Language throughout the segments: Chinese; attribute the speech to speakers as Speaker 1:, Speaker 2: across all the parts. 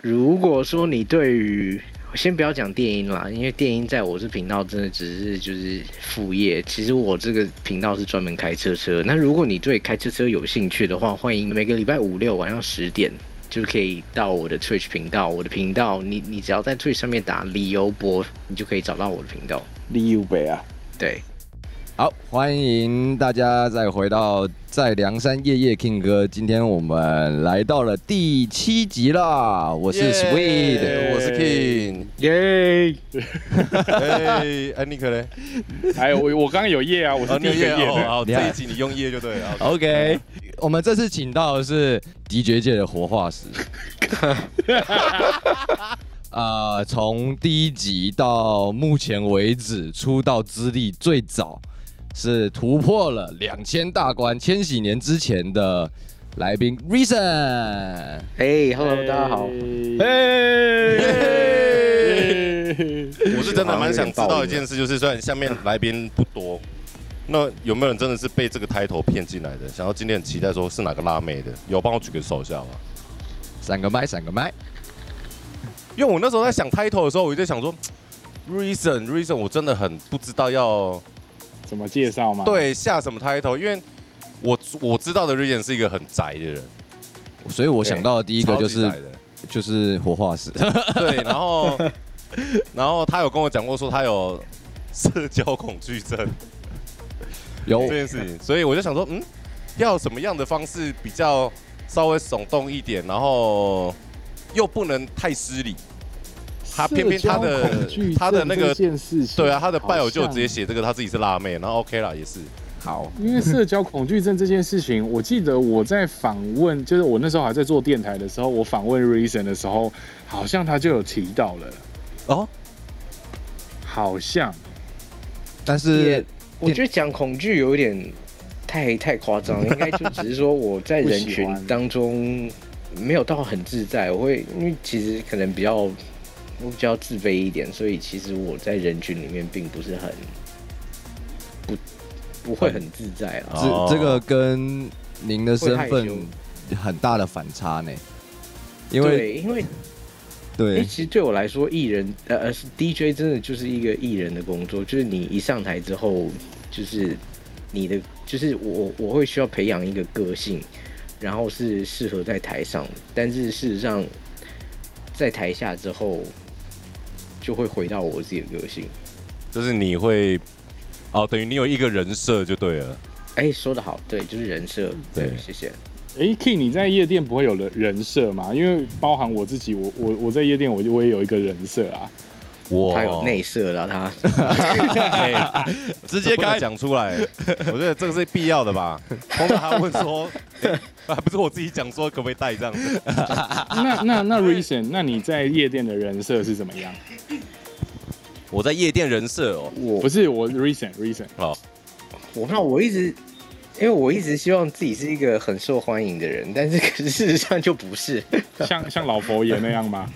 Speaker 1: 如果说你对于先不要讲电音啦，因为电音在我这频道真的只是就是副业。其实我这个频道是专门开车车。那如果你对开车车有兴趣的话，欢迎每个礼拜五六晚上十点就可以到我的 Twitch 频道。我的频道，你你只要在 Twitch 上面打李优博，你就可以找到我的频道。
Speaker 2: 利物北啊，
Speaker 1: 对，
Speaker 3: 好，欢迎大家再回到在梁山夜夜 King 哥，今天我们来到了第七集啦，我
Speaker 4: 我
Speaker 3: 是 Sweet，
Speaker 4: 我是 King。
Speaker 1: 耶！
Speaker 4: 哎，安妮可 嘞？
Speaker 5: 哎，我我刚刚有夜啊，我
Speaker 4: 哦
Speaker 5: 是
Speaker 4: 你
Speaker 5: 第
Speaker 4: 有
Speaker 5: 一个夜
Speaker 4: 业哦，
Speaker 5: 的。
Speaker 4: 好，这一集你用业就对了。好
Speaker 3: OK，我们这次请到的是迪爵界的活化石。呃，从第一集到目前为止，出道资历最早是突破了两千大关，千禧年之前的来宾 Reason。
Speaker 1: 哎，Hello，大家
Speaker 5: 哦
Speaker 1: 好。
Speaker 4: 耶
Speaker 5: 嘿
Speaker 4: 我是真的蛮想知道一件事，就是虽然下面来宾不多，那有没有人真的是被这个 title 骗进来的？想要今天很期待说是哪个辣妹的，有帮我举个手一下吗？
Speaker 3: 闪个麦，闪个麦。
Speaker 4: 因为我那时候在想 title 的时候，我就在想说 reason reason，我真的很不知道要
Speaker 5: 怎么介绍嘛？，
Speaker 4: 对下什么 title，因为我我知道的 reason 是一个很宅的人，
Speaker 3: 所以我想到的第一个就
Speaker 4: 超
Speaker 3: 是
Speaker 4: 级宅的
Speaker 3: 就是活化 石，
Speaker 4: 对，然后然后他有跟我讲过说他有社交恐惧症
Speaker 3: 有
Speaker 4: 这件事情，所以我就想说，嗯，要什么样的方式比较稍微耸动一点，然后又不能太失礼。他偏偏他的
Speaker 5: 社交恐惧
Speaker 4: 他的
Speaker 5: 症
Speaker 4: 那个
Speaker 5: 这件事情，
Speaker 4: 对啊，他的拜友就直接
Speaker 5: 接。
Speaker 4: 写这个他自己是辣妹，然后 OK 啦，也是
Speaker 3: 好
Speaker 5: 因为社交恐惧症这件事情，我记得我在访问，就是我那时候还在做电台的时候，我访问 Reason 的时候，好像他就有提到了，
Speaker 3: 哦，
Speaker 5: 好像
Speaker 3: 但是
Speaker 1: 也我觉得讲恐惧有一点太太夸张，应该就只是说我在
Speaker 5: 不
Speaker 1: 人
Speaker 5: 喜
Speaker 1: 群
Speaker 5: 欢
Speaker 1: 当中没有到很自在，我会因为其实可能比较我比较自卑一点，所以其实我在人群里面并不是很不不会很自在啊啦。
Speaker 4: 哦
Speaker 3: 这这个跟您的身
Speaker 1: 会害羞
Speaker 3: 份很大的反差呢，因为
Speaker 1: 对，因为哎、
Speaker 3: 对
Speaker 1: 其实对我来说，艺人呃呃是 DJ 真的就是一个艺人的工作，就是你一上台之后，就是你的就是我我会需要培养一个个性，然后是适合在台上的，但是事实上在台下之后就会回到我自己的个性。
Speaker 4: 就是你会哦，等于你有一个人设就对了。
Speaker 1: 哎、说得好，对，就是人设，
Speaker 4: 对
Speaker 1: 谢谢。
Speaker 5: 诶 k i n 你在夜店不会有人人设嘛？因为包含我自己，我我我在夜店我就我也有一个人设啊。
Speaker 4: 我
Speaker 1: 他有内设啦，他
Speaker 4: 直接
Speaker 3: 开
Speaker 4: 讲出来，我觉得这个是必要的 吧。通常他问说，欸、不是我自己讲说可不可以带这样子，
Speaker 5: 那那那 Reason，那你在夜店的人设是怎么样？
Speaker 4: 我在夜店人设哦，
Speaker 1: 我
Speaker 5: 不是我 Reason Reason，
Speaker 4: 好，
Speaker 1: 我怕我一直，因为我一直希望自己是一个很受欢迎的人，但是可是事实上就不是。
Speaker 5: 像像老佛爷那样吗？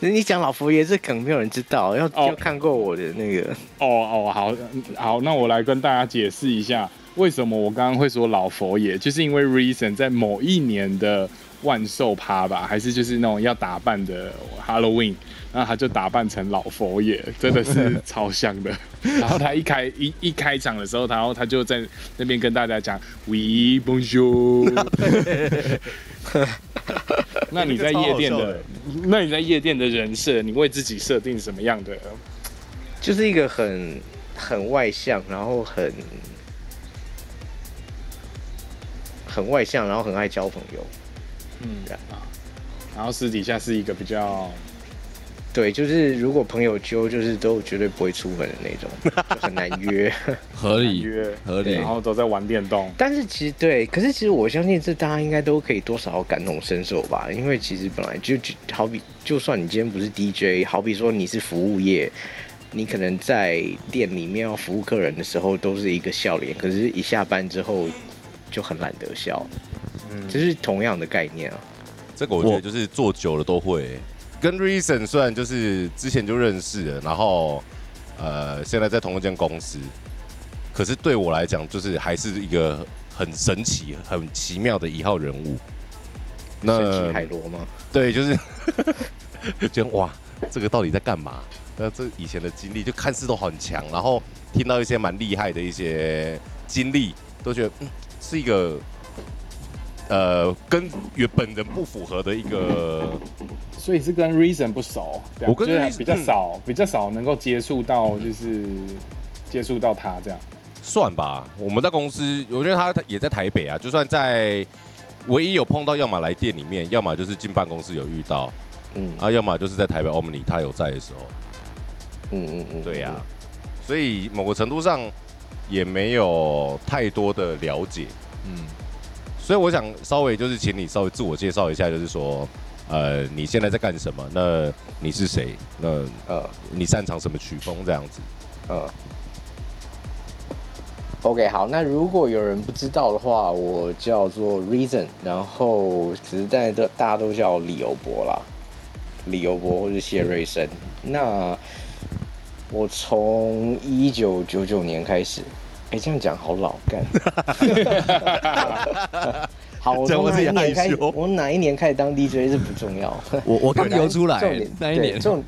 Speaker 1: 你讲老佛爷这梗没有人知道，要、
Speaker 5: 哦
Speaker 1: 要看过我的那个，
Speaker 5: 哦哦，好嗯好，那我来跟大家解释一下，为什么我刚刚会说老佛爷，就是因为 Reason 在某一年的万寿趴吧，还是就是那种要打扮的 Halloween，然后他就打扮成老佛爷，真的 是超像的。然后他一开一一开场的时候，然后他就在那边跟大家讲 We Bonjour。那你在夜店
Speaker 4: 这个超好笑
Speaker 5: 的
Speaker 4: 的，
Speaker 5: 那你在夜店的人设，你为自己设定什么样的
Speaker 1: 就是一个很很外向，然后很很外向，然后很爱交朋友。
Speaker 5: 嗯
Speaker 1: 对啊
Speaker 5: 啊，然后私底下是一个比较，
Speaker 1: 对，就是如果朋友揪，就是都绝对不会出门的那种，就很难约。
Speaker 3: 合理
Speaker 5: 约
Speaker 3: 合理
Speaker 5: 然，后都在玩电动。
Speaker 1: 但是其实对，可是其实我相信这大家应该都可以多少感同身受吧，因为其实本来就就好比，就算你今天不是 DJ，好比说你是服务业，你可能在店里面要服务客人的时候都是一个笑脸，可是一下班之后就很懒得笑，
Speaker 4: 嗯
Speaker 1: 这是同样的概念啊。
Speaker 4: 这个我觉得就是做久了都会、跟 Reason 虽然就是之前就认识了，然后呃现在在同一间公司，可是对我来讲就是还是一个很神奇、很奇妙的一号人物。
Speaker 1: 神奇
Speaker 4: 那
Speaker 1: 海螺吗？
Speaker 4: 对， 就是觉得哇，这个到底在干嘛？那这以前的经历就看似都很强，然后听到一些蛮厉害的一些经历，都觉得嗯是一个呃跟原本人不符合的一个
Speaker 5: 所以是跟 Reason 不熟，这样
Speaker 4: 我跟
Speaker 5: 就是
Speaker 4: Reason- 嗯
Speaker 5: 比较少，比较少能够接触到，就是接触到他这样。
Speaker 4: 算吧。我们在公司，我觉得他也在台北啊，就算在唯一有碰到，要么来店里面，要么就是进办公室有遇到
Speaker 1: 嗯
Speaker 4: 啊，要么就是在台北 Omni 他有在的时候。
Speaker 1: 嗯嗯嗯，
Speaker 4: 对呀、所以某个程度上也没有太多的了解，
Speaker 3: 嗯，
Speaker 4: 所以我想稍微就是请你稍微自我介绍一下，就是说，呃，你现在在干什么？那你是谁？那
Speaker 1: 呃
Speaker 4: 你擅长什么曲风？这样子，
Speaker 1: 呃。OK，好，那如果有人不知道的话，我叫做 Reason，然后只是大家都大家都叫我李由博啦，李由博或是谢瑞生。那我从一九九九年开始，哎、这样讲好老 干。好，我从哪一年开
Speaker 4: 讲我自己害
Speaker 1: 始？
Speaker 4: 羞
Speaker 1: 我哪一年开始当 DJ 是不重要。
Speaker 3: 我我刚游出来
Speaker 1: 重点
Speaker 3: 那一
Speaker 1: 对
Speaker 3: 年，
Speaker 1: 重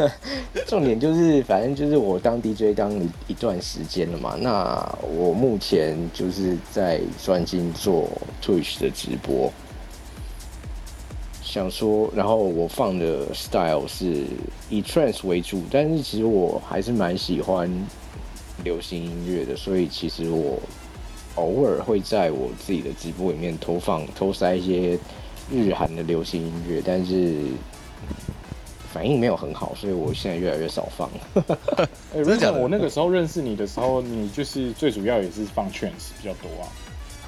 Speaker 1: 重点就是，反正就是我当 DJ 当一一段时间了嘛。那我目前就是在专心做 Twitch 的直播，想说，然后我放的 style 是以 trance 为主，但是其实我还是蛮喜欢流行音乐的，所以其实我偶尔会在我自己的直播里面投放、偷塞一些日韩的流行音乐，但是反应没有很好，所以我现在越来越少放了。
Speaker 5: 哎、r
Speaker 4: 的
Speaker 5: e a s
Speaker 4: 假
Speaker 5: o
Speaker 4: 的
Speaker 5: n 我那个时候认识你的时候，你就是最主要也是放 Trance 比较多啊，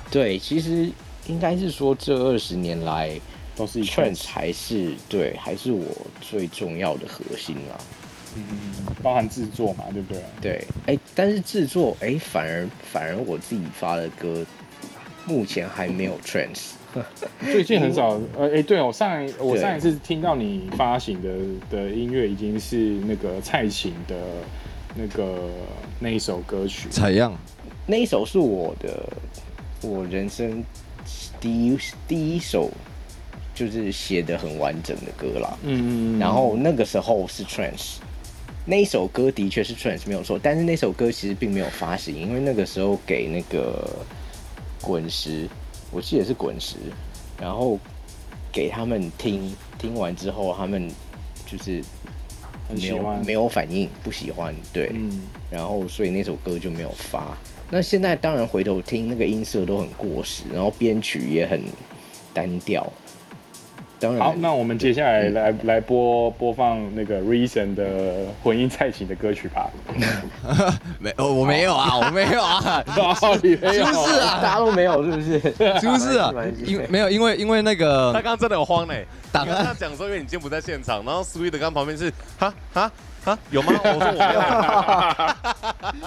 Speaker 1: 对，其实应该是说这二十年来
Speaker 5: 都是
Speaker 1: ，trance 还是对，还是我最重要的核心啦。
Speaker 4: 嗯
Speaker 5: 包含制作嘛，对不对？
Speaker 1: 对，哎、但是制作哎、反而反而我自己发的歌，目前还没有 trance。
Speaker 5: 最近很少，呃，哎、对我上一我上一次听到你发行的的音乐已经是那个蔡琴的那个那一首歌曲，
Speaker 3: 采样，
Speaker 1: 那一首是我的我人生第一第一首就是写的很完整的歌啦。
Speaker 5: 嗯
Speaker 1: 然后那个时候是 trance，那一首歌的确是 trance 没有错，但是那首歌其实并没有发行，因为那个时候给那个滚石，我记得是滚石，然后给他们听，听完之后他们就是
Speaker 5: 很
Speaker 1: 没
Speaker 5: 喜
Speaker 1: 有
Speaker 5: 欢，
Speaker 1: 没
Speaker 5: 有，
Speaker 1: 有反应，不喜欢，对，
Speaker 5: 嗯，
Speaker 1: 然后所以那首歌就没有发。那现在当然回头听那个音色都很过时，然后编曲也很单调。当然，
Speaker 5: 好，那我们接下来来来播播放那个 Reason 的混音蔡琴的歌曲吧。
Speaker 3: 没，哦，我没有啊，我没有 啊，
Speaker 5: 哦，也有
Speaker 3: 就是啊，
Speaker 1: 大家都没有是不是？哎
Speaker 3: 是不 是啊
Speaker 1: 蛮蛮？
Speaker 3: 因没有，因为因为那个
Speaker 4: 他刚刚真的有慌嘞、
Speaker 3: 档
Speaker 4: 你跟他
Speaker 3: 案
Speaker 4: 讲说，因为你今天不在现场，然后 Sweet 刚旁边是哈哈哈有 吗？我说我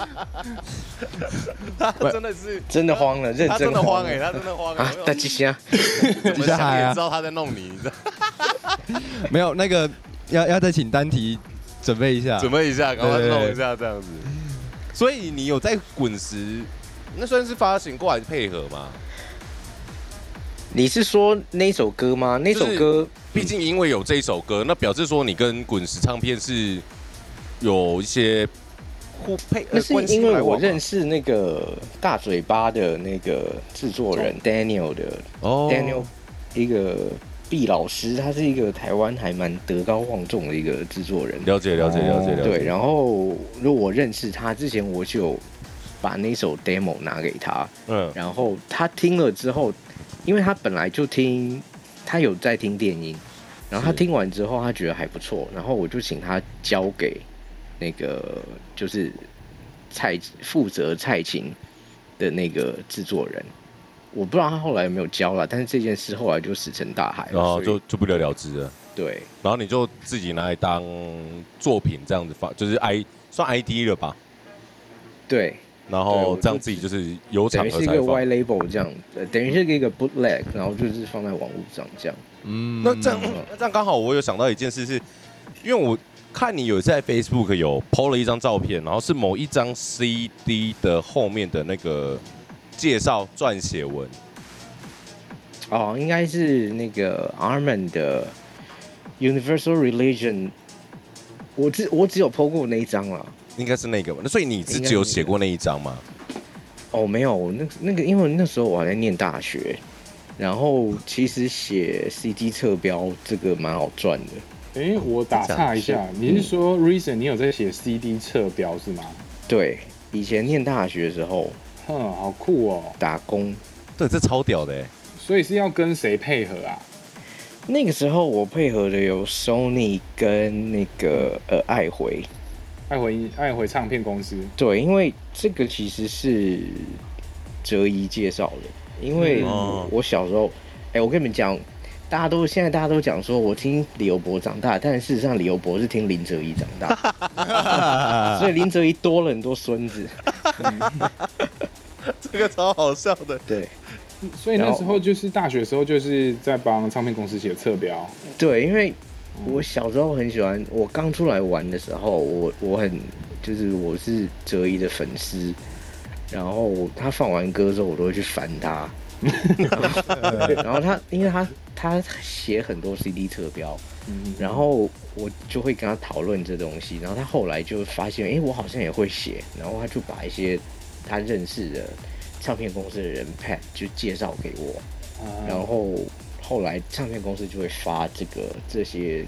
Speaker 4: 没有，他真的是
Speaker 1: 真的慌了，认
Speaker 4: 他真
Speaker 1: 真
Speaker 4: 的慌哎、
Speaker 1: 哎、
Speaker 4: 他真的慌、欸，
Speaker 1: 啊！大吉祥，
Speaker 4: 我们
Speaker 3: 接下
Speaker 4: 想
Speaker 3: 来
Speaker 4: 也
Speaker 3: 啊
Speaker 4: 知道他在弄你，你 知道。
Speaker 3: 没有那个要要再请丹提准备一下，
Speaker 4: 准备一下，赶快
Speaker 3: 对对对
Speaker 4: 弄一下这样子。所以你有在滚石，那算是发行过来配合吗？
Speaker 1: 你是说那首歌吗？那首歌
Speaker 4: 毕竟因为有这一首歌，那表示说你跟滚石唱片是有一些互配，
Speaker 1: 那
Speaker 4: 呃
Speaker 1: 是
Speaker 4: 关系
Speaker 1: 因为
Speaker 4: 来往
Speaker 1: 我
Speaker 4: 吗
Speaker 1: 认识那个大嘴巴的那个制作人 Daniel 的
Speaker 4: 哦
Speaker 1: Daniel 一个毕老师，他是一个台湾还蛮德高望重的一个制作人。
Speaker 4: 了解了解了解
Speaker 5: 哦
Speaker 4: 了解，
Speaker 1: 对，然后如果我认识他之前，我就把那首 demo 拿给他，
Speaker 4: 嗯
Speaker 1: 然后他听了之后，因为他本来就听，他有在听电音，然后他
Speaker 4: 是
Speaker 1: 听完之后，他觉得还不错，然后我就请他交给那个就是蔡负责蔡琴的那个制作人，我不知道他后来有没有交了，但是这件事后来就石沉大海了，
Speaker 4: 然后
Speaker 1: 所以
Speaker 4: 就就不了了之了。
Speaker 1: 对
Speaker 4: 然后你就自己拿来当作品这样子发，就是 I 算 ID 了吧？
Speaker 1: 对，
Speaker 4: 然
Speaker 1: 对
Speaker 4: 后
Speaker 1: 我就
Speaker 4: 这样自己就是有
Speaker 1: 等
Speaker 4: 场
Speaker 1: 于
Speaker 4: 合
Speaker 1: 是一
Speaker 4: 才
Speaker 1: 个
Speaker 4: 放
Speaker 1: white。label 这样，呃等于是一个 bootleg，然后就是放在网络上这样。
Speaker 3: 嗯
Speaker 4: 那这样，那这样刚好我有想到一件事是，因为我看你有在 Facebook 有 PO 了一张照片，然后是某一张 CD 的后面的那个介绍撰写文，
Speaker 1: 哦，应该是那个 Arman 的 Universal Religion，我只我只有 PO 过那一张了。
Speaker 4: 应该是那个吧？那所以你是只有写过那一张吗？
Speaker 1: 哦，没有，那那个因为那时候我还在念大学，然后其实写 CD 侧标这个蛮好赚的。
Speaker 5: 哎，我打岔一下，你是说 Reason 你有在写 CD 侧标是吗？
Speaker 1: 对，以前念大学的时候
Speaker 5: 哼，好酷哦！
Speaker 1: 打工，
Speaker 4: 对，这超屌的欸，
Speaker 5: 所以是要跟谁配合啊？
Speaker 1: 那个时候我配合的有 Sony 跟那个呃爱回，
Speaker 5: 爱回音爱回唱片公司，
Speaker 1: 对，因为这个其实是哲一介绍的，因为
Speaker 5: 嗯
Speaker 4: 哦
Speaker 1: 我小时候，哎、我跟你们讲，大家都现在大家都讲说我听李友博长大，但事实上李友博是听林哲一长大，所以林哲一多了很多孙子。
Speaker 4: 这个超好笑的。
Speaker 1: 对
Speaker 5: 所以那时候就是大学的时候就是在帮唱片公司写侧标。
Speaker 1: 对，因为我小时候很喜欢，我刚出来玩的时候，我我很就是我是哲一的粉丝，然后他放完歌之后，我都会去烦他。然后然后他，因为他他写很多 CD 特标，
Speaker 5: 嗯，
Speaker 1: 然后我就会跟他讨论这东西，然后他后来就发现，诶，我好像也会写，然后他就把一些他认识的唱片公司的人 Pat 就介绍给我，然
Speaker 5: 啊
Speaker 1: 后后来唱片公司就会发这个这些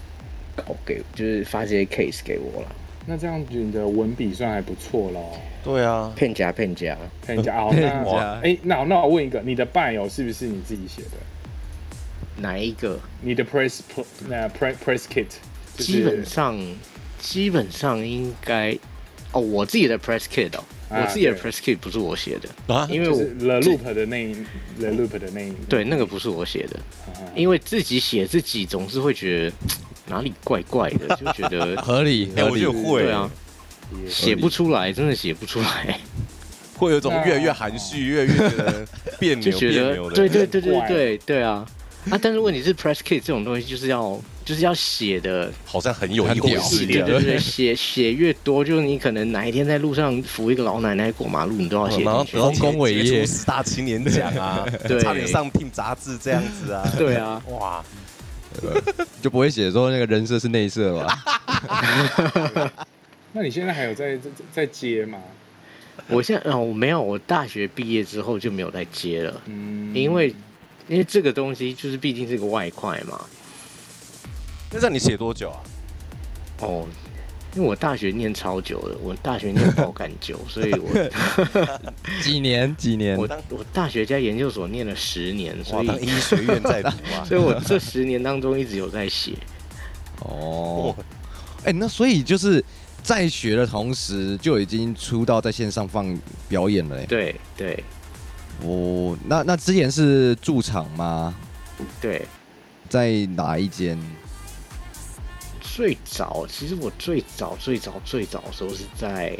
Speaker 1: 稿给，就是发这些 case 给我了，
Speaker 5: 那这样子你的文笔算还不错喽。
Speaker 4: 对啊，
Speaker 1: 骗夹骗夹，
Speaker 5: 看一下哦，
Speaker 3: 骗人
Speaker 5: 那
Speaker 3: 家
Speaker 5: 哎，那那我问一个，你的 bio 是不是你自己写的？
Speaker 1: 哪一个？
Speaker 5: 你的 press pl- 那 press press kit 就
Speaker 1: 基本
Speaker 5: 是
Speaker 1: 上基本上应该哦，我自己的 press kit 哦，
Speaker 5: 啊
Speaker 1: 我自己的
Speaker 5: 对
Speaker 1: press kit 不是我写的，
Speaker 4: 啊
Speaker 1: 因为
Speaker 5: 就
Speaker 1: 我
Speaker 5: 是 the loop 的那一 the loop 的那一
Speaker 1: 对，那个不是我写的，
Speaker 5: 啊
Speaker 1: 因为自己写自己总是会觉得哪里怪怪的，就觉 得
Speaker 3: 合理，
Speaker 4: 哎，
Speaker 3: 合
Speaker 4: 我
Speaker 3: 理
Speaker 4: 就。会
Speaker 1: 对啊，
Speaker 5: 也
Speaker 1: 写不出来，真的写不出来，
Speaker 4: 会有一种越来越含蓄，越来越觉得别
Speaker 1: 啊 就
Speaker 4: 扭
Speaker 1: 觉
Speaker 4: 别
Speaker 1: 得
Speaker 4: 扭的。
Speaker 1: 对对对对
Speaker 5: 怪
Speaker 1: 对对啊啊！但是问题是，press kit 这种东西就是要就是要写的
Speaker 4: 好像很有
Speaker 3: 很
Speaker 4: 一回
Speaker 3: 屌
Speaker 4: 事
Speaker 1: 对
Speaker 4: 一
Speaker 1: 对
Speaker 4: 样。
Speaker 1: 对对，写写越多，就是你可能哪一天在路上扶一个老奶奶过马路，你都要写
Speaker 4: 然后
Speaker 1: 进去
Speaker 4: 得。到
Speaker 3: 丰功伟业
Speaker 4: 杰出十大青年奖啊，
Speaker 1: 对
Speaker 4: 差点上《听杂志》这样子啊。
Speaker 1: 对啊，
Speaker 4: 哇，
Speaker 3: 就不会写说那个人设是内设吧？
Speaker 5: 那你现在还有在在在接吗？
Speaker 1: 我现在哦，我没有，我大学毕业之后就没有再接了，
Speaker 5: 嗯，
Speaker 1: 因为因为这个东西就是毕竟是个外快嘛。
Speaker 4: 那让你写多久啊？
Speaker 1: 哦，因为我大学念超久的，我大学念爆干久，所 以我
Speaker 3: 几年？几年？
Speaker 1: 我我大学加研究所念了十年，所
Speaker 4: 哇，
Speaker 1: 以
Speaker 4: 当医学院在读 啊。
Speaker 1: 所以我这十年当中一直有在写。
Speaker 3: 哦， 哎、那所以就是在学的同时就已经出道，在线上放表演了、欸。
Speaker 1: 对对
Speaker 3: 哦，那那之前是驻场吗？
Speaker 1: 对，
Speaker 3: 在哪一间？
Speaker 1: 最早其实我最早最早最早的时候是在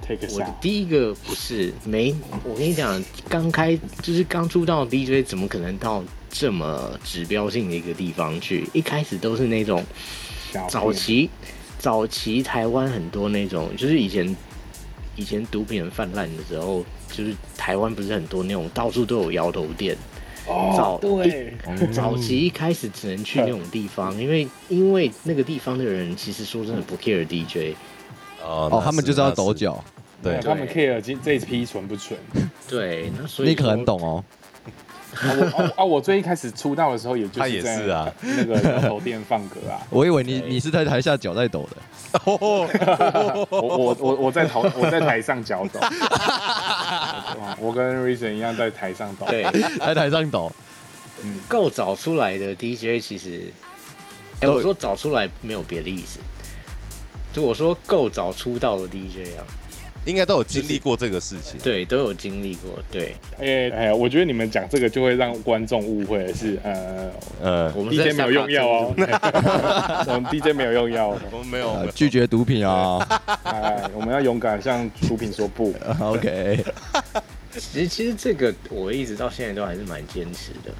Speaker 5: take a
Speaker 1: 我
Speaker 5: shot
Speaker 1: 的。第一个不是没，我跟你讲，刚开就是刚出道的 DJ 怎么可能到这么指标性的一个地方去？一开始都是那种
Speaker 5: 小
Speaker 1: 早期，早期台湾很多那种，就是以前以前毒品很泛滥的时候，就是台湾不是很多那种到处都有摇头店。
Speaker 5: 哦
Speaker 1: 早，
Speaker 5: 对，
Speaker 1: 早期
Speaker 5: 嗯
Speaker 1: 一开始只能去那种地方，因为因为那个地方的人其实说真的不 care DJ，
Speaker 4: 哦
Speaker 3: 哦，他们就是要抖。脚，
Speaker 4: 对
Speaker 5: 哦他们 care 这这一批纯不纯？
Speaker 1: 对，那所以
Speaker 3: 你可
Speaker 1: 说
Speaker 3: 能懂哦。。
Speaker 5: 啊我哦哦，我最一开始出道的时候，也就
Speaker 4: 他也
Speaker 5: 在
Speaker 4: 是啊
Speaker 5: 那个摇头店放歌啊
Speaker 3: 我以为你你是在台下脚在抖的。
Speaker 5: 我我我我在头我在台上脚抖，哇我跟 Reason 一样在台上抖。
Speaker 1: 对。
Speaker 3: 在台上抖，
Speaker 1: 够早出来的 DJ 其实，哎、我说早出来没有别的意思，就我说够早出道的 DJ 啊，
Speaker 4: 应该都有经历过这个事情。
Speaker 1: 对，都有经历过，对，
Speaker 5: 哎哎，我觉得你们讲这个就会让观众误会是呃
Speaker 4: 呃，
Speaker 1: 我们在
Speaker 5: ，DJ 没有用药哦， 我们 DJ 没有用药哦，
Speaker 4: 我们没有
Speaker 3: 呃拒。绝毒品啊。
Speaker 5: 哎，我们要勇敢向毒品说不。
Speaker 3: 呃 OK，
Speaker 1: 其实其实这个我一直到现在都还是蛮坚持的，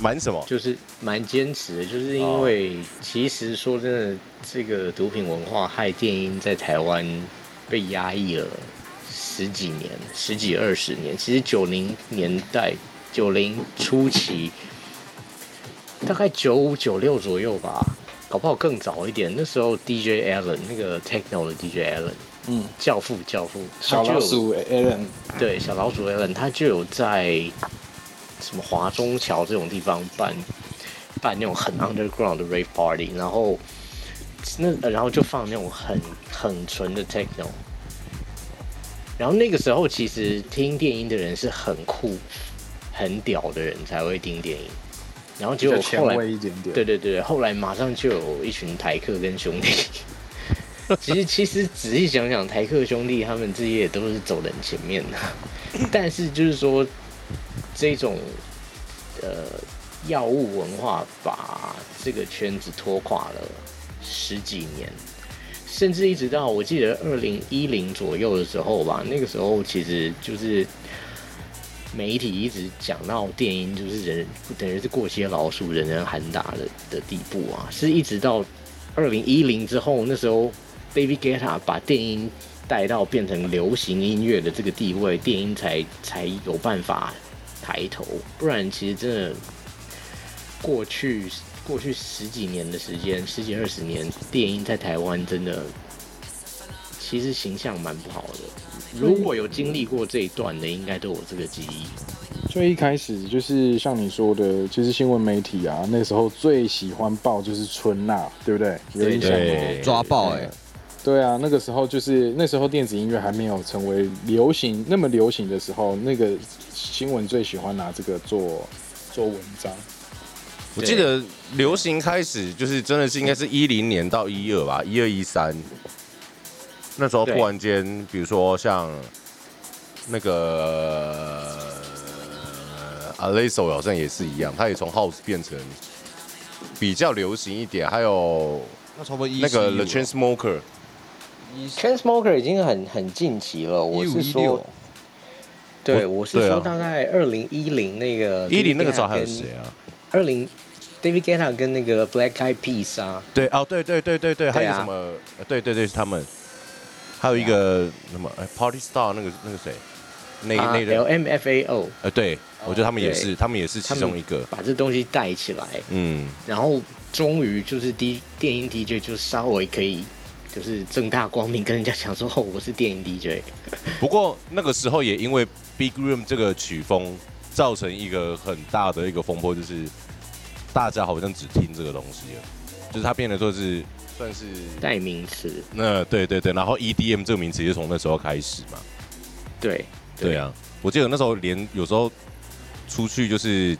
Speaker 4: 瞒什么？
Speaker 1: 就是蛮坚持的，就是因
Speaker 2: 哦
Speaker 1: 为其实说真的，这个毒品文化害电音在台湾被压抑了十几年、十几二十年。其实九零年代九零初期，大概九五九六左右吧，搞不好更早一点。那时候 DJ Allen 那个 techno 的 DJ Allen，
Speaker 2: 嗯，
Speaker 1: 教父教父，
Speaker 2: 小
Speaker 1: 他就
Speaker 2: 老
Speaker 1: 有
Speaker 2: 鼠 Alan，
Speaker 1: 对小老鼠 Allen，他就有在什么华中桥这种地方办办那种很 underground 的 rave party，然后那呃然后就放那种很很纯的 techno。然后那个时候，其实听电音的人是很酷、很屌的人才会听电音。然后结
Speaker 5: 比较
Speaker 1: 果
Speaker 5: 前
Speaker 1: 后来
Speaker 5: 卫一点点。
Speaker 1: 对，对对，后来马上就有一群台客跟兄弟。其实其实仔细想想，台客兄弟他们这些也都是走得很前面的，但是就是说这种呃药物文化把这个圈子拖垮了十几年，甚至一直到我记得二零一零左右的时候吧，那个时候其实就是媒体一直讲到电音就是人等于是过街老鼠，人人喊打的的地步啊，是一直到二零一零之后，那时候 David Guetta 把电音带到变成流行音乐的这个地位，电音才才有办法抬头，不然其实真的过去过去十几年的时间，十几二十年，电音在台湾真的其实形象蛮不好的。如果有经历过这一段的，应该都有这个记忆。
Speaker 5: 最一开始就是像你说的，就是新闻媒体啊，那时候最喜欢报就是春娜，对不对？有印象吗？
Speaker 4: 对
Speaker 3: 抓爆哎、欸！
Speaker 5: 对啊，那个时候就是那时候电子音乐还没有成为流行那么流行的时候，那个新闻最喜欢拿这个做做文章。
Speaker 4: 我记得流行开始就是真的是应该是一零年到一二吧，一二一三，那时候
Speaker 1: 对
Speaker 4: 突然间，比如说像那个呃 Alesso 好像也是一样，他也从 House 变成比较流行一点，还有
Speaker 3: 那差不多一啊
Speaker 4: 那个 The
Speaker 3: E
Speaker 4: Chainsmoker，
Speaker 1: Transmoker 已经很很近期了，我
Speaker 3: 一五
Speaker 1: 是
Speaker 3: 一
Speaker 1: 说
Speaker 3: 六，，
Speaker 1: 对
Speaker 4: 我
Speaker 1: 我是
Speaker 4: 对啊
Speaker 1: 说大概二零一零那个
Speaker 4: 一零那个时候还有谁啊？
Speaker 1: 二零 David Guetta 跟那个 Black Eyed Peas 啊，
Speaker 4: 对哦，对对对对对，还有
Speaker 1: 对啊
Speaker 4: 什么？呃对对对，是他们，还有一个什么哎 Party Star 那个那个谁，那
Speaker 1: 啊
Speaker 4: 那个
Speaker 1: LMFAO
Speaker 4: 呃，对，我觉得他们也是，
Speaker 1: 对
Speaker 4: 他们也是其中一个。
Speaker 1: 把这东西带起来，
Speaker 4: 嗯，
Speaker 1: 然后终于就是 D 电音 DJ 就稍微可以就是正大光明跟人家讲说，哦，我是电音 DJ。
Speaker 4: 不过那个时候也因为 Big Room 这个曲风，造成一个很大的一个风波，就是大家好像只听这个东西了，就是它变得说是算是
Speaker 1: 代名词，
Speaker 4: 那、对对对，然后 EDM 这个名词也是从那时候开始嘛。
Speaker 1: 对
Speaker 4: 对啊，我记得那时候连有时候出去就是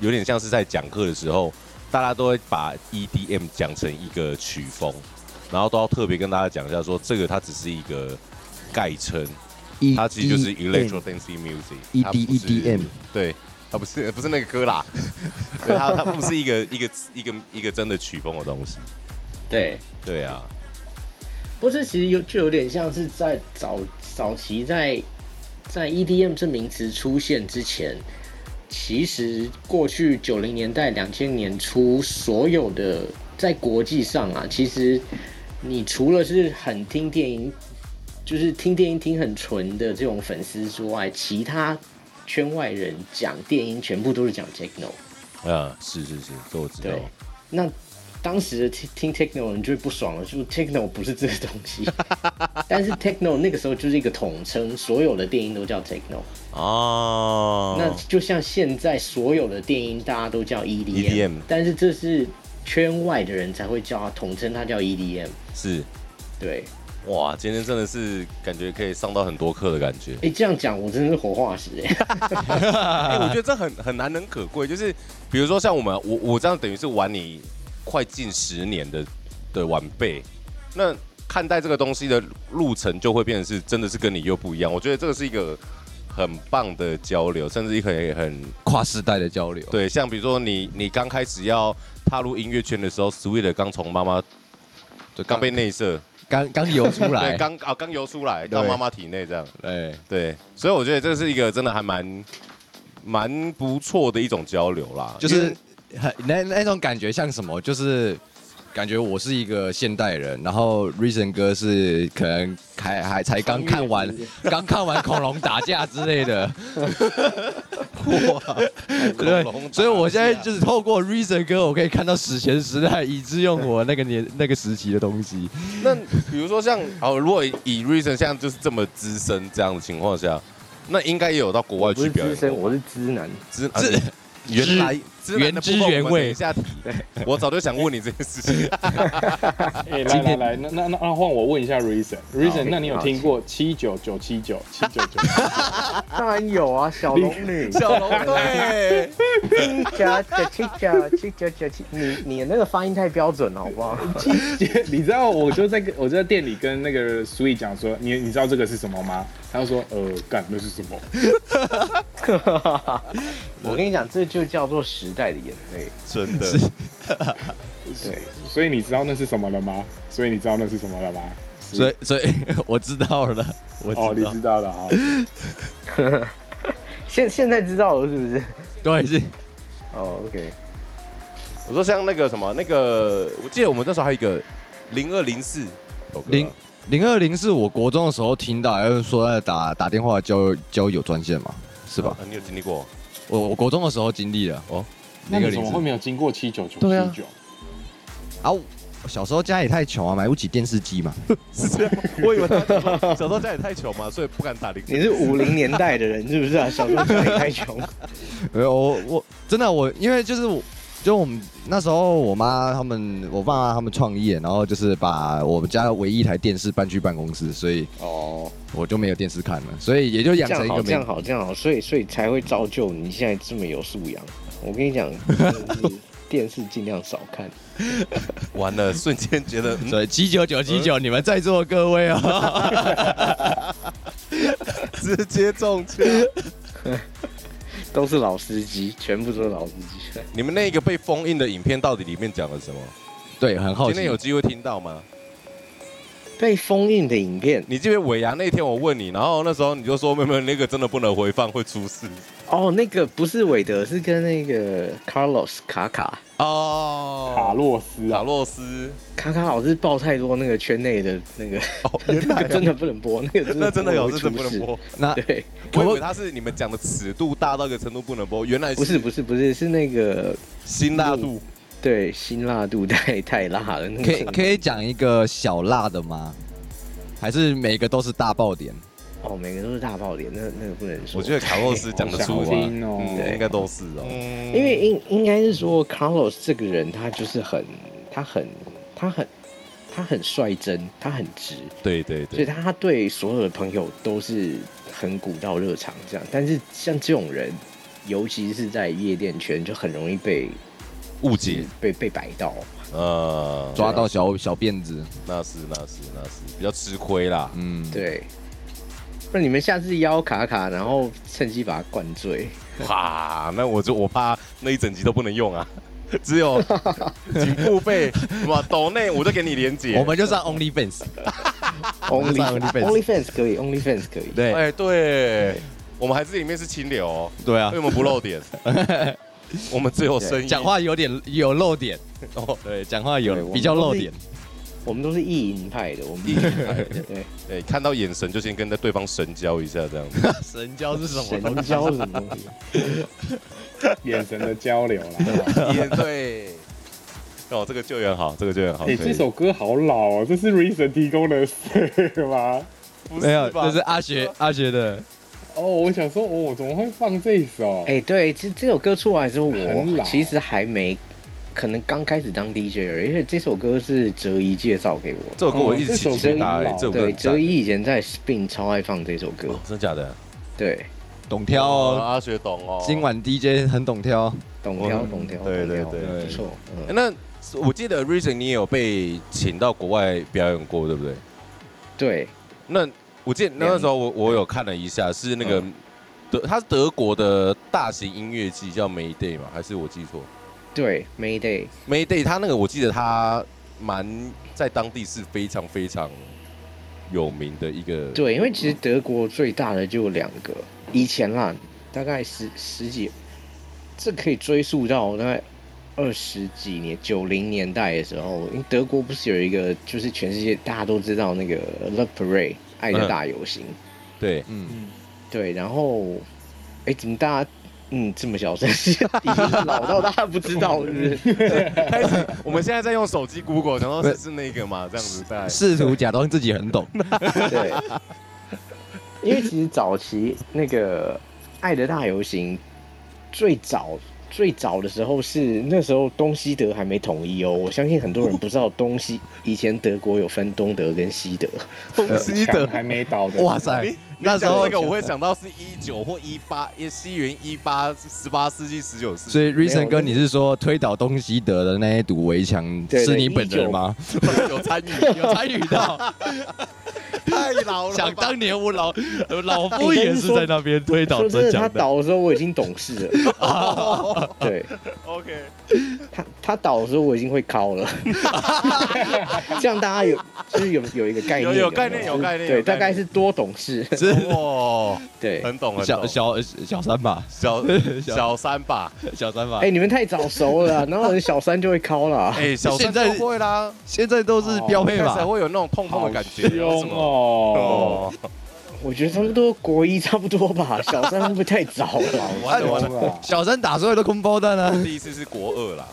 Speaker 4: 有点像是在讲课的时候，大家都会把 EDM 讲成一个曲风，然后都要特别跟大家讲一下说，这个它只是一个概称，它其实就是 electro dancing music，它不是
Speaker 3: EDM
Speaker 4: 对，它不是不是那个歌啦，对，它它不是一个一个一个一个真的曲风的东西，
Speaker 1: 对。
Speaker 4: 对啊，
Speaker 1: 不是，其实有就有点像是在早早期在在 EDM 这名词出现之前，其实过去九零年代、两千年初所有的在国际上啊，其实你除了是很听电影，就是听电音听很纯的这种粉丝之外，其他圈外人讲电音全部都是讲 techno。
Speaker 4: 嗯，是是是，这我知道
Speaker 1: 对，那当时的听听 techno 的人就会不爽了，就是 techno 不是这个东 西，但是 techno 那个时候就是一个统称，所有的电音都叫 techno、
Speaker 4: 哦，
Speaker 1: 那就像现在所有的电音大家都叫 EDM，,
Speaker 4: EDM
Speaker 1: 但是这是圈外的人才会叫它统称，它叫 EDM。
Speaker 4: 是。
Speaker 1: 对，
Speaker 4: 哇，今天真的是感觉可以上到很多课的感觉。
Speaker 1: 哎、这样讲我真的是活化石哎、
Speaker 4: 哎、我觉得这很很难能可贵，就是比如说像我们，我我这样等于是玩你快近十年的的晚辈，那看待这个东西的路程就会变成是真的是跟你又不一样。我觉得这个是一个很棒的交流，甚至一个也很
Speaker 3: 跨世代的交流，
Speaker 4: 对，像比如说你你刚开始要踏入音乐圈的时候，Sweet 刚从妈妈
Speaker 3: 对，
Speaker 4: 刚被内射，
Speaker 3: 刚刚游出
Speaker 4: 对，
Speaker 3: 来，
Speaker 4: 刚啊刚游出来到
Speaker 3: 对
Speaker 4: 妈妈体内这样。
Speaker 3: 对，
Speaker 4: 对，所以我觉得这是一个真的还蛮蛮不错的一种交流啦，
Speaker 3: 就是很那那种感觉像什么，就是感觉我是一个现代人，然后 Reason 哥是可能还还才刚看完刚看完恐龙打架之类 的，
Speaker 4: 哇，
Speaker 3: 对
Speaker 4: 恐龙打，架
Speaker 3: 所以我现在就是透过 Reason 哥，我可以看到史前时代以致用我那个年那个时期的东西。
Speaker 4: 那比如说像哦，如果以 Reason 像就是这么资深这样的情况下，那应该也有到国外
Speaker 1: 不
Speaker 4: 去
Speaker 1: 是
Speaker 4: 表
Speaker 1: 资
Speaker 4: 演
Speaker 1: 深，
Speaker 4: 过吧。
Speaker 1: 我是资男。
Speaker 4: 资啊你原来资源的部分
Speaker 3: 原汁原味
Speaker 4: 我们等一下提，我早就想问你这件 事情。
Speaker 5: 哎，来来 来，那那那那换我问一下 Reason，Reason，
Speaker 1: 好
Speaker 5: 那你有听过七九九七九 七九九？
Speaker 1: 当然有啊， 小龙女，
Speaker 3: 小龙对，
Speaker 1: 七九九七九七九九七，你你的那个发音太标准了，好不好？
Speaker 5: 你知道我就在跟我就在店里跟那个 Sui 讲说，你你知道这个是什么吗？他就说，呃，干那是什么？
Speaker 1: 我跟你讲，这就叫做时代的眼泪。
Speaker 4: 真的，
Speaker 1: 对，
Speaker 5: 所以你知道那是什么了吗？所以你知道那是什么了吗？
Speaker 3: 所以所以 我知道了，我
Speaker 5: 哦，
Speaker 3: 知
Speaker 5: 你
Speaker 3: 道，
Speaker 5: 知道了啊。
Speaker 1: 现现在知道了是不是？
Speaker 3: 对是
Speaker 1: 哦，OK，
Speaker 4: 我说像那个什么，那个我记得我们那时候还有一个零二零四
Speaker 3: 零零二零是我国中的时候听到，还有说在打打电话交交友专线嘛，是吧？
Speaker 4: 啊你有经历过？
Speaker 3: 我我国中的时候经历了哦，
Speaker 5: 那
Speaker 3: 零二
Speaker 5: 你怎
Speaker 3: 零
Speaker 5: 么
Speaker 3: 是
Speaker 5: 会没有经过七九九
Speaker 3: 对啊
Speaker 5: 七九？
Speaker 3: 啊，我小时候家里太穷啊，买不起电视机嘛。
Speaker 4: 是这样，我以为他小时候家里太穷嘛，所以不敢打零。
Speaker 1: 你是五零年代的人是不是啊？小时候家里太穷，
Speaker 3: 没有，我我真的我，因为就是我，就我们那时候我妈他们，我爸妈他们创业，然后就是把我们家唯一一台电视搬去办公室，所以
Speaker 1: 哦，
Speaker 3: 我就没有电视看了，所以也就养
Speaker 1: 这
Speaker 3: 成
Speaker 1: 样
Speaker 3: 一
Speaker 1: 好，
Speaker 3: 个
Speaker 1: 这
Speaker 3: 没
Speaker 1: 样好，这样好，所以所以才会造就你现在这么有素养。我跟你 讲，就是电视尽量少看。
Speaker 4: 完了，瞬间觉得，嗯，
Speaker 3: 对，七九九七九，你们在座各位啊，
Speaker 4: 直接中枪。
Speaker 1: 都是老司机，全部都是老司机。
Speaker 4: 你们那个被封印的影片到底里面讲了什么？
Speaker 3: 对，很好
Speaker 4: 今
Speaker 3: 奇。
Speaker 4: 天有机会听到吗？
Speaker 1: 被封印的影片
Speaker 4: 你记得尾牙那天我问你，然后那时候你就说没有没有，那个真的不能回放，会出事。
Speaker 1: 哦，那个不是韦德，是跟那个 Carlos 卡卡
Speaker 4: 哦
Speaker 5: 卡洛斯
Speaker 4: 卡
Speaker 5: 啊，
Speaker 4: 洛斯，
Speaker 1: 卡卡老是爆太多那个圈内的那个，
Speaker 4: 哦
Speaker 1: 那个真的不能播，那个
Speaker 4: 那真的有，
Speaker 1: 播
Speaker 4: 是
Speaker 1: 会
Speaker 4: 真
Speaker 1: 出
Speaker 4: 的不
Speaker 1: 事
Speaker 4: 能。播。
Speaker 3: 那
Speaker 1: 对，
Speaker 4: 我以为他是你们讲的尺度大到一个程度不能播，原来
Speaker 1: 不是不是不是，是那个
Speaker 4: 辛辣度。
Speaker 1: 对辛辣度太太辣了，那个
Speaker 3: 可以可以讲一个小辣的吗？还是每个都是大爆点？
Speaker 1: 哦，每个都是大爆点，那那个不能说。
Speaker 4: 我觉得卡洛斯讲得出
Speaker 5: 好
Speaker 4: 啊，
Speaker 5: 想听哦
Speaker 4: 嗯
Speaker 1: 对
Speaker 4: 应该都是哦。
Speaker 1: 因
Speaker 4: 因
Speaker 1: 为应应该是说 Carlos 这个人，他就是很他很他很他很率真，他很直，
Speaker 4: 对对
Speaker 1: 所以
Speaker 4: 对，
Speaker 1: 他对所有的朋友都是很古道热肠这样。但是像这种人，尤其是在夜店圈，就很容易被
Speaker 4: 误解，
Speaker 1: 被被摆到。
Speaker 4: 呃，
Speaker 3: 抓到小小辫子，
Speaker 4: 那是那是那是比较吃亏啦。
Speaker 3: 嗯，，
Speaker 1: 对，那你们下次邀卡卡，然后趁机把他灌 醉。
Speaker 4: 哇，那我就我怕那一整集都不能用啊，只 有请付费，哇，抖内我就给你连接。
Speaker 3: 我们就上 OnlyFans，
Speaker 4: 哦
Speaker 1: Only
Speaker 3: 上 OnlyFans
Speaker 1: Only Fans 可以，Only Fans 可以。
Speaker 3: 对
Speaker 4: 哎，对，我们还是里面是清流哦，
Speaker 3: 对
Speaker 4: 因
Speaker 3: 啊
Speaker 4: 为，我们不露点， 我们只有声音。
Speaker 3: 讲话有点有漏点，哦，对，讲话
Speaker 1: 对我
Speaker 3: 有
Speaker 1: 们
Speaker 3: 比较
Speaker 1: 都
Speaker 3: 漏
Speaker 1: 是
Speaker 3: 点。
Speaker 1: 我们都是意淫派的，我们
Speaker 4: 意淫派
Speaker 1: 对
Speaker 4: 对，看到眼神就先跟对方神交一下，这样 子。
Speaker 3: 神交是什么
Speaker 1: 神
Speaker 3: 东西？
Speaker 1: 交什么东西？
Speaker 5: 眼神的交流啦。
Speaker 4: 也对。 哦，这个救援好，这个救援好。
Speaker 5: 哎，
Speaker 4: 可
Speaker 5: 这
Speaker 4: 以
Speaker 5: 首歌好老哦，这是 Reason 提供的是吗？
Speaker 4: 不
Speaker 3: 没有，
Speaker 4: 是吧？
Speaker 3: 这是阿学啊阿学的，
Speaker 5: 哦，我想说，哦，怎么会放这一首？
Speaker 1: 哎、对，这这首歌出来之后，
Speaker 5: 很
Speaker 1: 我
Speaker 5: 老
Speaker 1: 其实还没，可能刚开始当 DJ 而已，因为这首歌是哲一介绍给我。
Speaker 4: 这首歌我一直起鸡皮疙瘩，
Speaker 5: 哦
Speaker 4: 哎这首歌
Speaker 1: 对，
Speaker 4: 很赞
Speaker 1: 哲一以前在 Spin 超爱放这首歌
Speaker 4: 哦，真假的？
Speaker 1: 对，
Speaker 3: 懂挑
Speaker 4: 哦
Speaker 3: 哦。
Speaker 4: 阿学懂哦。
Speaker 3: 今晚 DJ 很懂挑哦，
Speaker 1: 懂挑
Speaker 4: 嗯
Speaker 1: 懂挑，
Speaker 4: 对
Speaker 1: 懂挑
Speaker 4: 对
Speaker 3: 对
Speaker 1: 不错。
Speaker 4: 哎
Speaker 1: 嗯，
Speaker 4: 那我记得 Reason 你也有被请到国外表演过，对不对？
Speaker 1: 对，
Speaker 4: 那我记得那
Speaker 1: 两
Speaker 4: 时候我我有看了一下，是那个德，他是德国的大型音乐季叫 Mayday 嘛，还是我记错
Speaker 1: 对，Mayday，
Speaker 4: ？Mayday 他那个我记得他蛮在当地是非常非常有名的一个，
Speaker 1: 对，因为其实德国最大的就有两个，以前啦，大概十十几，这可以追溯到大概二十几年、九零年代的时候，因为德国不是有一个，就是全世界大家都知道那个 Love Parade 爱的大游行，
Speaker 4: 对，
Speaker 3: 嗯，
Speaker 1: 对，然后，哎，怎么大家嗯这么小声？ 已经老到大家不知道是不是？
Speaker 4: 开始我们现在在用手机 Google，然后是是那个嘛，这样子在
Speaker 3: 试图假装自己很懂。
Speaker 1: 对，因为其实早期那个《爱的大游行》最早最早的时候是那时候东西德还没统一哦，我相信很多人不知道东西以前德国有分东德跟西 德，
Speaker 4: 东西
Speaker 5: 墙
Speaker 4: 德。
Speaker 5: 还没倒的，
Speaker 3: 哇塞
Speaker 4: 你，你
Speaker 3: 那
Speaker 4: 讲
Speaker 3: 时候
Speaker 4: 这个我会想到是一九或一八，西元一八十八世纪十九世纪
Speaker 3: 所。以 Reason
Speaker 1: 有
Speaker 3: 哥，你是说推倒东西德的那一堵围墙
Speaker 1: 对对
Speaker 3: 是你本人吗？
Speaker 4: 有参与，有参与到，太老 了吧。
Speaker 3: 想当年我老老夫也是在那边推倒
Speaker 1: 说真的，
Speaker 3: 这
Speaker 1: 他
Speaker 3: 墙的。
Speaker 1: 倒的时候我已经懂事了， 对
Speaker 4: OK，
Speaker 1: 他他倒的时候我已经会敲 了，这样大家有就是有有一个概念
Speaker 4: 有
Speaker 1: 没，
Speaker 4: 有概念有概念有概
Speaker 1: 对，
Speaker 4: 念
Speaker 1: 大概是多懂事，
Speaker 3: 是
Speaker 4: 哇，
Speaker 1: 对。
Speaker 4: 很懂很
Speaker 3: 小
Speaker 4: 懂。
Speaker 3: 小小三 吧，
Speaker 4: 小小三吧，
Speaker 3: 小三吧
Speaker 1: 哎、。你们太早熟了，然后小三就会敲了、啊
Speaker 4: 哎，小三
Speaker 3: 现在
Speaker 4: 都会啦，
Speaker 3: 现在都是标配
Speaker 4: 开
Speaker 3: 嘛
Speaker 4: 始，会有那种痛痛
Speaker 5: 好
Speaker 4: 的感觉，
Speaker 5: 凶
Speaker 4: 哦。
Speaker 5: 哦！
Speaker 4: 哦，
Speaker 1: 我觉得差不多国一差不多吧， 小三会不会太早了？
Speaker 4: 完了完了，
Speaker 5: 凶啊
Speaker 3: 小三打出来都空包弹 啊。
Speaker 4: 第一次是国二啦，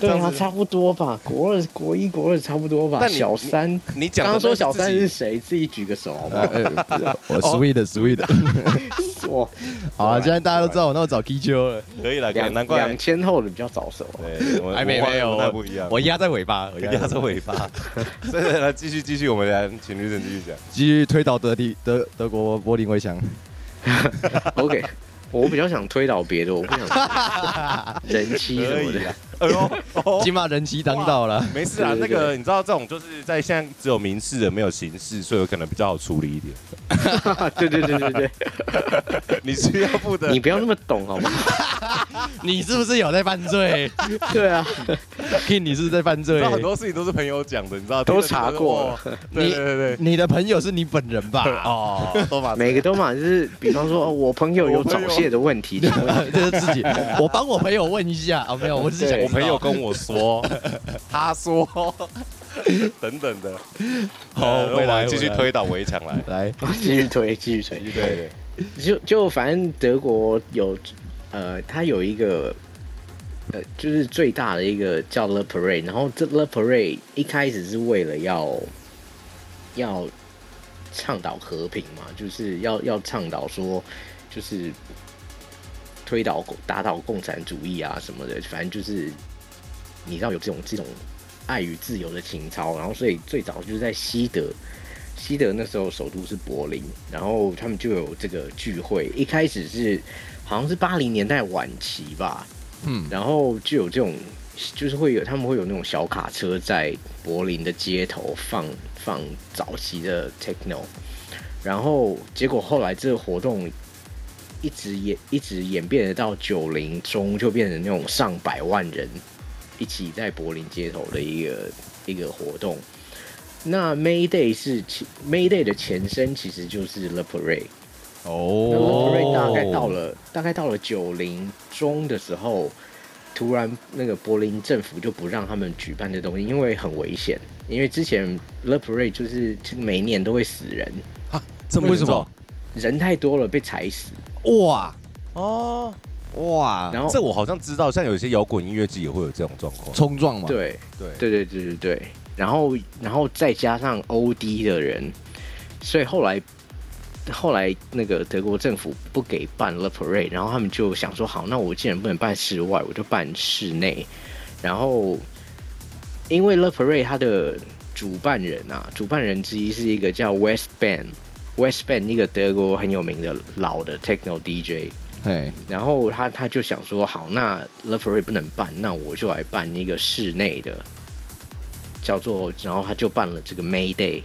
Speaker 1: 对啊，差不多吧，国二、国一、国二差不多吧。
Speaker 4: 但你
Speaker 1: 小三，
Speaker 4: 你讲
Speaker 1: 刚刚
Speaker 4: 的
Speaker 1: 说
Speaker 4: 那
Speaker 1: 小
Speaker 4: 自己啊
Speaker 1: 三是谁？自己举个手好不
Speaker 3: 哎
Speaker 1: 好？
Speaker 3: 啊我 sweet 的 sweet 的，
Speaker 1: 我
Speaker 3: 哦好啊，现在大家都知道我那么早踢球了，
Speaker 4: 可以了，可以，
Speaker 1: 两
Speaker 4: 难怪
Speaker 1: 两千后的比较早熟。啊
Speaker 4: 对，我
Speaker 3: 哎没没有，
Speaker 4: 那不一样，
Speaker 3: 我压在尾巴，我压在尾
Speaker 4: 压
Speaker 3: 巴
Speaker 4: 着尾巴。所以来继续继续，我们来请律师继续讲。
Speaker 3: 继续推倒德地德德国柏林围墙。
Speaker 1: OK，我比较想推倒别的，我 不想人妻什
Speaker 4: 可
Speaker 1: 么
Speaker 4: 以
Speaker 1: 的
Speaker 4: 啦。哎呦，哦
Speaker 3: 金马人妻当道了，
Speaker 4: 没事啊，那
Speaker 1: 对对对
Speaker 4: 个你知道这种就是在现在只有民事的没有刑事，所以有可能比较好处理一点。啊
Speaker 1: 对对对对对，
Speaker 4: 你需要负的
Speaker 1: 你不要那么懂好吗？
Speaker 3: 你是不是有在犯罪
Speaker 1: 对啊，
Speaker 3: ？King，你是不是在犯
Speaker 4: 你
Speaker 3: 罪
Speaker 4: 知道？很多事情都是朋友讲的，你知道
Speaker 1: 都查过了。
Speaker 4: 哦对对对 对，
Speaker 3: 你的朋友是你本人吧？哦，
Speaker 4: 都把
Speaker 1: 每个都嘛，就是比方说，哦我朋友有
Speaker 4: 我
Speaker 1: 早
Speaker 4: 朋友
Speaker 1: 泄的问 题，请问
Speaker 3: 这是自己，我帮我朋友问一下啊，没有，我只是想
Speaker 1: 对
Speaker 4: 我朋友
Speaker 3: 知道
Speaker 4: 跟我说， 他说 等等的。
Speaker 3: 好
Speaker 4: 呃
Speaker 3: 回来
Speaker 4: 我们继
Speaker 3: 回
Speaker 4: 续
Speaker 3: 来
Speaker 4: 推倒围墙来。
Speaker 3: 来，
Speaker 1: 哦继续推，继续推，继续推。
Speaker 4: 对，
Speaker 1: 就就反正德国有，呃，它有一个，呃，就是最大的一个叫 Le Parade，然后这 Le Parade 一开始是为了要要倡导和平嘛，就是要要倡导说，就是推倒打倒共产主义啊什么的，反正就是你知道有这种这种爱与自由的情操，然后所以最早就是在西德，西德那时候首都是柏林，然后他们就有这个聚会，一开始是好像是八零年代晚期吧，
Speaker 3: 嗯，
Speaker 1: 然后就有这种，就是会有他们会有那种小卡车在柏林的街头放放早期的 techno，然后结果后来这个活动一直演一直演变得到九零中，就变成那种上百万人一起在柏林街头的一个一个活动。那 May Day 是其 May Day 的前身，其实就是 Le Parade。那
Speaker 4: 哦
Speaker 3: 哦
Speaker 1: Le Parade 大概到了大概到了九零中的时候，突然那个柏林政府就不让他们举办这东西，因为很危险。因为之前 Le Parade 就是每一年都会死人，
Speaker 4: 这
Speaker 3: 为什么？
Speaker 1: 人太多了被踩死。
Speaker 3: 哇
Speaker 4: 哦，
Speaker 3: 哇，
Speaker 1: 然后
Speaker 4: 这我好像知道，像有些摇滚音乐季也会有这种状况。
Speaker 3: 冲撞嘛，，
Speaker 1: 对，
Speaker 4: 对
Speaker 1: 对对对对对，然后然后再加上 OD 的人，所以后来后来那个德国政府不给办 Le Parade，然后他们就想说，好，那我既然不能办室外，我就办室内。然后因为 Le Parade 它的主办人啊，主办人之一是一个叫 West Band。West Band 一个德国很有名的老的 techno DJ，
Speaker 3: 嘿，
Speaker 1: 然后他他就想说，好，那 l e f r e 不能办，那我就来办一个室内的，叫做，然后他就办了这个 May Day，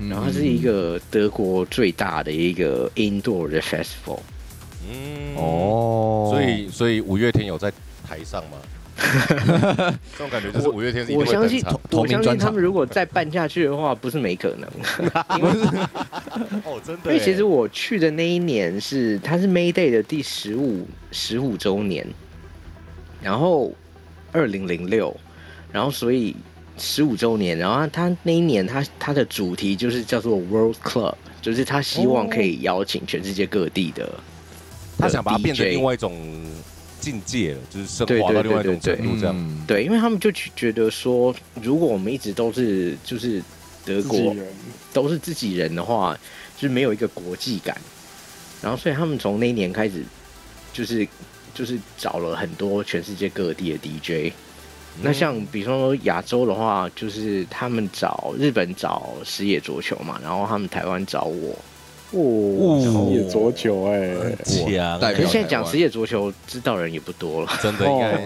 Speaker 1: 然
Speaker 4: 嗯
Speaker 1: 后它是一个德国最大的一个 indoor 的 festival，
Speaker 4: 嗯
Speaker 3: 嗯哦，
Speaker 4: 所以所以五月天有在台上 吗？这种感觉就是五月天是一
Speaker 1: 我
Speaker 4: 定
Speaker 1: 相
Speaker 4: 会登啊
Speaker 1: 信
Speaker 4: 场。
Speaker 1: 我
Speaker 3: 同名
Speaker 1: 相信
Speaker 3: 专
Speaker 1: 他
Speaker 3: 场
Speaker 1: 们如果再办下去的话，不是没可能，
Speaker 4: 哦，真的
Speaker 1: 因
Speaker 4: 耶。
Speaker 1: 为其实我去的那一年是它是 May Day 的第十五十五周年，然后二零零六，然后所以十五周年，然后他他那一年他他的主题就是叫做 World Club，就是他希望可以邀请全世界各地的，
Speaker 4: 他想把它变成
Speaker 1: DJ
Speaker 4: 另外一种境界了，就是升
Speaker 1: 对
Speaker 4: 华
Speaker 1: 对
Speaker 4: 到另外一
Speaker 1: 对
Speaker 4: 种
Speaker 1: 对
Speaker 4: 程度这样。
Speaker 3: 嗯
Speaker 1: 对，因为他们就觉觉得说，如果我们一直都是就是德
Speaker 5: 自己
Speaker 1: 国
Speaker 5: 人
Speaker 1: 都是自己人的话，就是没有一个国际感。然后，所以他们从那一年开始，就是就是找了很多全世界各地的 DJ。那
Speaker 3: 嗯
Speaker 1: 像比方说亚洲的话，就是他们找日本找石野卓球嘛，然后他们台湾找我。
Speaker 5: 哦，也左球哎、
Speaker 4: 强
Speaker 3: 代
Speaker 1: 可是
Speaker 3: 表
Speaker 1: 现在
Speaker 3: 台
Speaker 1: 讲
Speaker 3: 湾
Speaker 1: 石野卓球，知道人也不多了。
Speaker 4: 真的应该
Speaker 5: 哦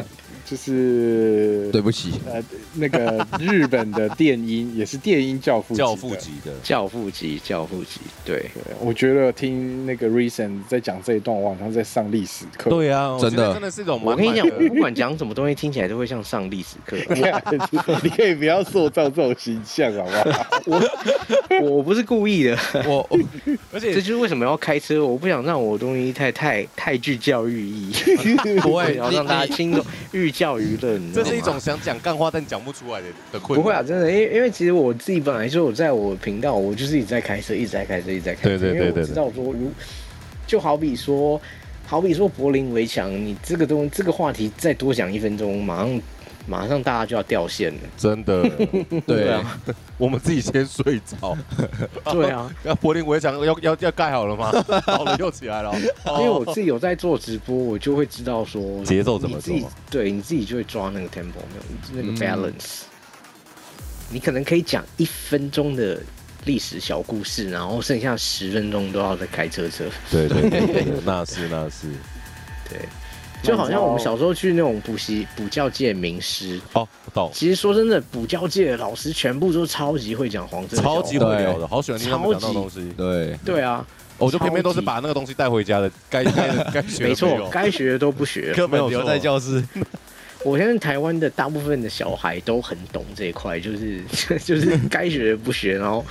Speaker 5: 就是
Speaker 3: 对不起，
Speaker 5: 呃那个日本的电音也是电音教父级的
Speaker 4: 教父。级的。
Speaker 1: 教父级，教父级，对，
Speaker 5: 对我觉得听那个 Reason 在讲这一段，我好像在上历史课。
Speaker 4: 对啊，我
Speaker 3: 真
Speaker 4: 觉得
Speaker 3: 的
Speaker 4: 真的是一种
Speaker 1: 我跟
Speaker 4: 满
Speaker 1: 你
Speaker 4: 满
Speaker 1: 讲，我
Speaker 4: 的。
Speaker 1: 不管讲什么东西，听起来都会像上历史 课。
Speaker 5: 你可以不要塑造这种形象好不好？
Speaker 1: 我我不是故意的，
Speaker 3: 我
Speaker 4: 而
Speaker 1: 这
Speaker 4: 且
Speaker 1: 就是为什么要开车，我不想让我的东西太太太具教育 意义，
Speaker 3: 不
Speaker 1: 我
Speaker 3: 会，
Speaker 1: 想要
Speaker 3: 你
Speaker 1: 让大家
Speaker 3: 你
Speaker 1: 轻松寓教于乐，你知
Speaker 4: 这
Speaker 1: 道
Speaker 4: 是一
Speaker 1: 吗
Speaker 4: 种想讲干话但讲不出来的的困
Speaker 1: 不
Speaker 4: 扰。
Speaker 1: 会啊，真的，因为因为其实我自己本来说我在我频道，我就是一直在开车，一直在开车，一直在开车，
Speaker 4: 对对对
Speaker 1: 因为
Speaker 4: 对
Speaker 1: 我知道说如就好比说。好比说柏林围墙，你这个东这个话题再多讲一分钟，马上马上大家就要掉线了。
Speaker 4: 真的，
Speaker 3: 对
Speaker 1: 啊，
Speaker 4: 我们自己先睡着。
Speaker 1: 对啊，
Speaker 4: 要柏林围墙要要要盖好了吗？好了，又起来了。
Speaker 1: 因为我自己有在做直播，我就会知道说
Speaker 4: 哦 节奏怎么做嗯
Speaker 1: 你自己对，你自己就会抓那个 tempo，没有那个 balance。你可能可以讲一分钟的历史小故事，然后剩下十分钟都要在开车车。
Speaker 4: 对对对对对，那是那是。
Speaker 1: 对，就好像我们小时候去那种补习补教界名师，
Speaker 4: 哦，我懂，
Speaker 1: 其实说真的，补教界的老师全部都超级会讲黄色，
Speaker 4: 超级
Speaker 3: 会
Speaker 4: 无
Speaker 3: 对
Speaker 4: 聊的，好喜欢听他们讲那种东西。
Speaker 3: 对，
Speaker 1: 对啊，
Speaker 4: 我就偏偏都
Speaker 1: 超
Speaker 4: 是
Speaker 1: 级
Speaker 4: 把那个东西带回家的，该该的该学的
Speaker 1: 没
Speaker 4: 没
Speaker 1: 错，
Speaker 4: 有
Speaker 1: 该学的都不学。
Speaker 3: 根
Speaker 4: 本
Speaker 3: 本
Speaker 4: 留
Speaker 3: 留
Speaker 4: 在
Speaker 3: 在教室。
Speaker 1: 我相信台湾的大部分的小孩都很懂这一块，就是 就是该学的不学，然后，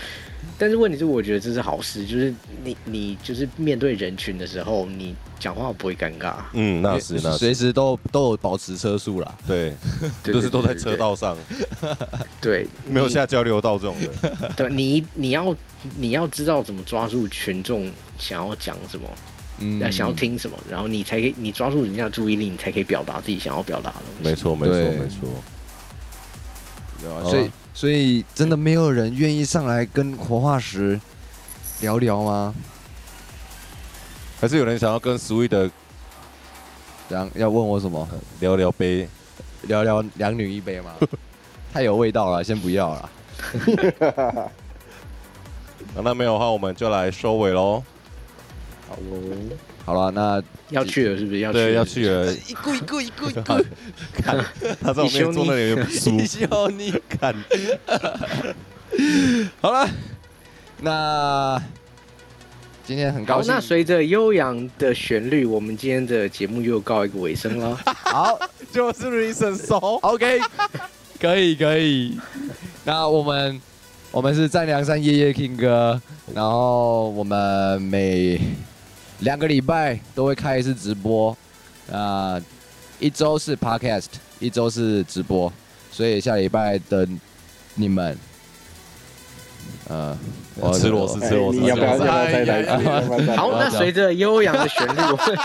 Speaker 1: 但是问题是，我觉得这是好事，就是你你就是面对人群的时候，你讲话不会尴尬，
Speaker 4: 嗯，那是那是，
Speaker 3: 随时都都有保持车速啦。
Speaker 4: 对，
Speaker 1: 对
Speaker 4: 就是都在车，道上，
Speaker 1: 对对对，
Speaker 4: 没有下交流道这种的。
Speaker 1: 你对你你要你要知道怎么抓住群众想要讲什么，
Speaker 3: 嗯
Speaker 1: 那、想要听什么，然后你才可以你抓住人家的注意力，你才可以表达自己想要表达的东西。
Speaker 4: 没错，没错，
Speaker 3: 对
Speaker 4: 没错。
Speaker 3: 对啊所以所以真的没有人愿意上来跟活化石聊聊吗？
Speaker 4: 还是有人想要跟 Sweet 的
Speaker 3: 然后要问我什么？
Speaker 4: 聊聊呗？
Speaker 3: 聊聊两女一杯吗？太有味道了，先不要了。
Speaker 4: 啊那没有的话，我们就来收尾喽。
Speaker 1: 好哦，
Speaker 3: 好了，那
Speaker 1: 要去了是不是？要去
Speaker 4: 对，
Speaker 1: 了
Speaker 4: 要
Speaker 1: 是不是
Speaker 4: 去了。
Speaker 3: 一个一个一个一
Speaker 4: 看， 看他在我面前坐那里 有点不舒服。
Speaker 3: 笑你
Speaker 4: 看，
Speaker 3: 好了，那今天很高
Speaker 1: 好，
Speaker 3: 兴
Speaker 1: 那。随着悠扬的旋律，我们今天的节目又告一个尾声 了。
Speaker 3: 好
Speaker 4: 就是 Reason 收。
Speaker 3: ，OK，可以可以。那我们我们是战梁山夜夜 King 哥，然后我们每两个礼拜都会开一次直播，啊，一周是 Podcast，一周是直播，所以下礼拜等你们。呃，我
Speaker 4: 吃螺丝
Speaker 5: 哎
Speaker 4: 吃螺丝
Speaker 5: 你要不要要
Speaker 4: 吃
Speaker 5: 不
Speaker 4: 螺丝
Speaker 5: 要再来一次要
Speaker 4: 哎呀
Speaker 5: 不要再来一次？
Speaker 1: 好，那随着悠扬的旋律，我们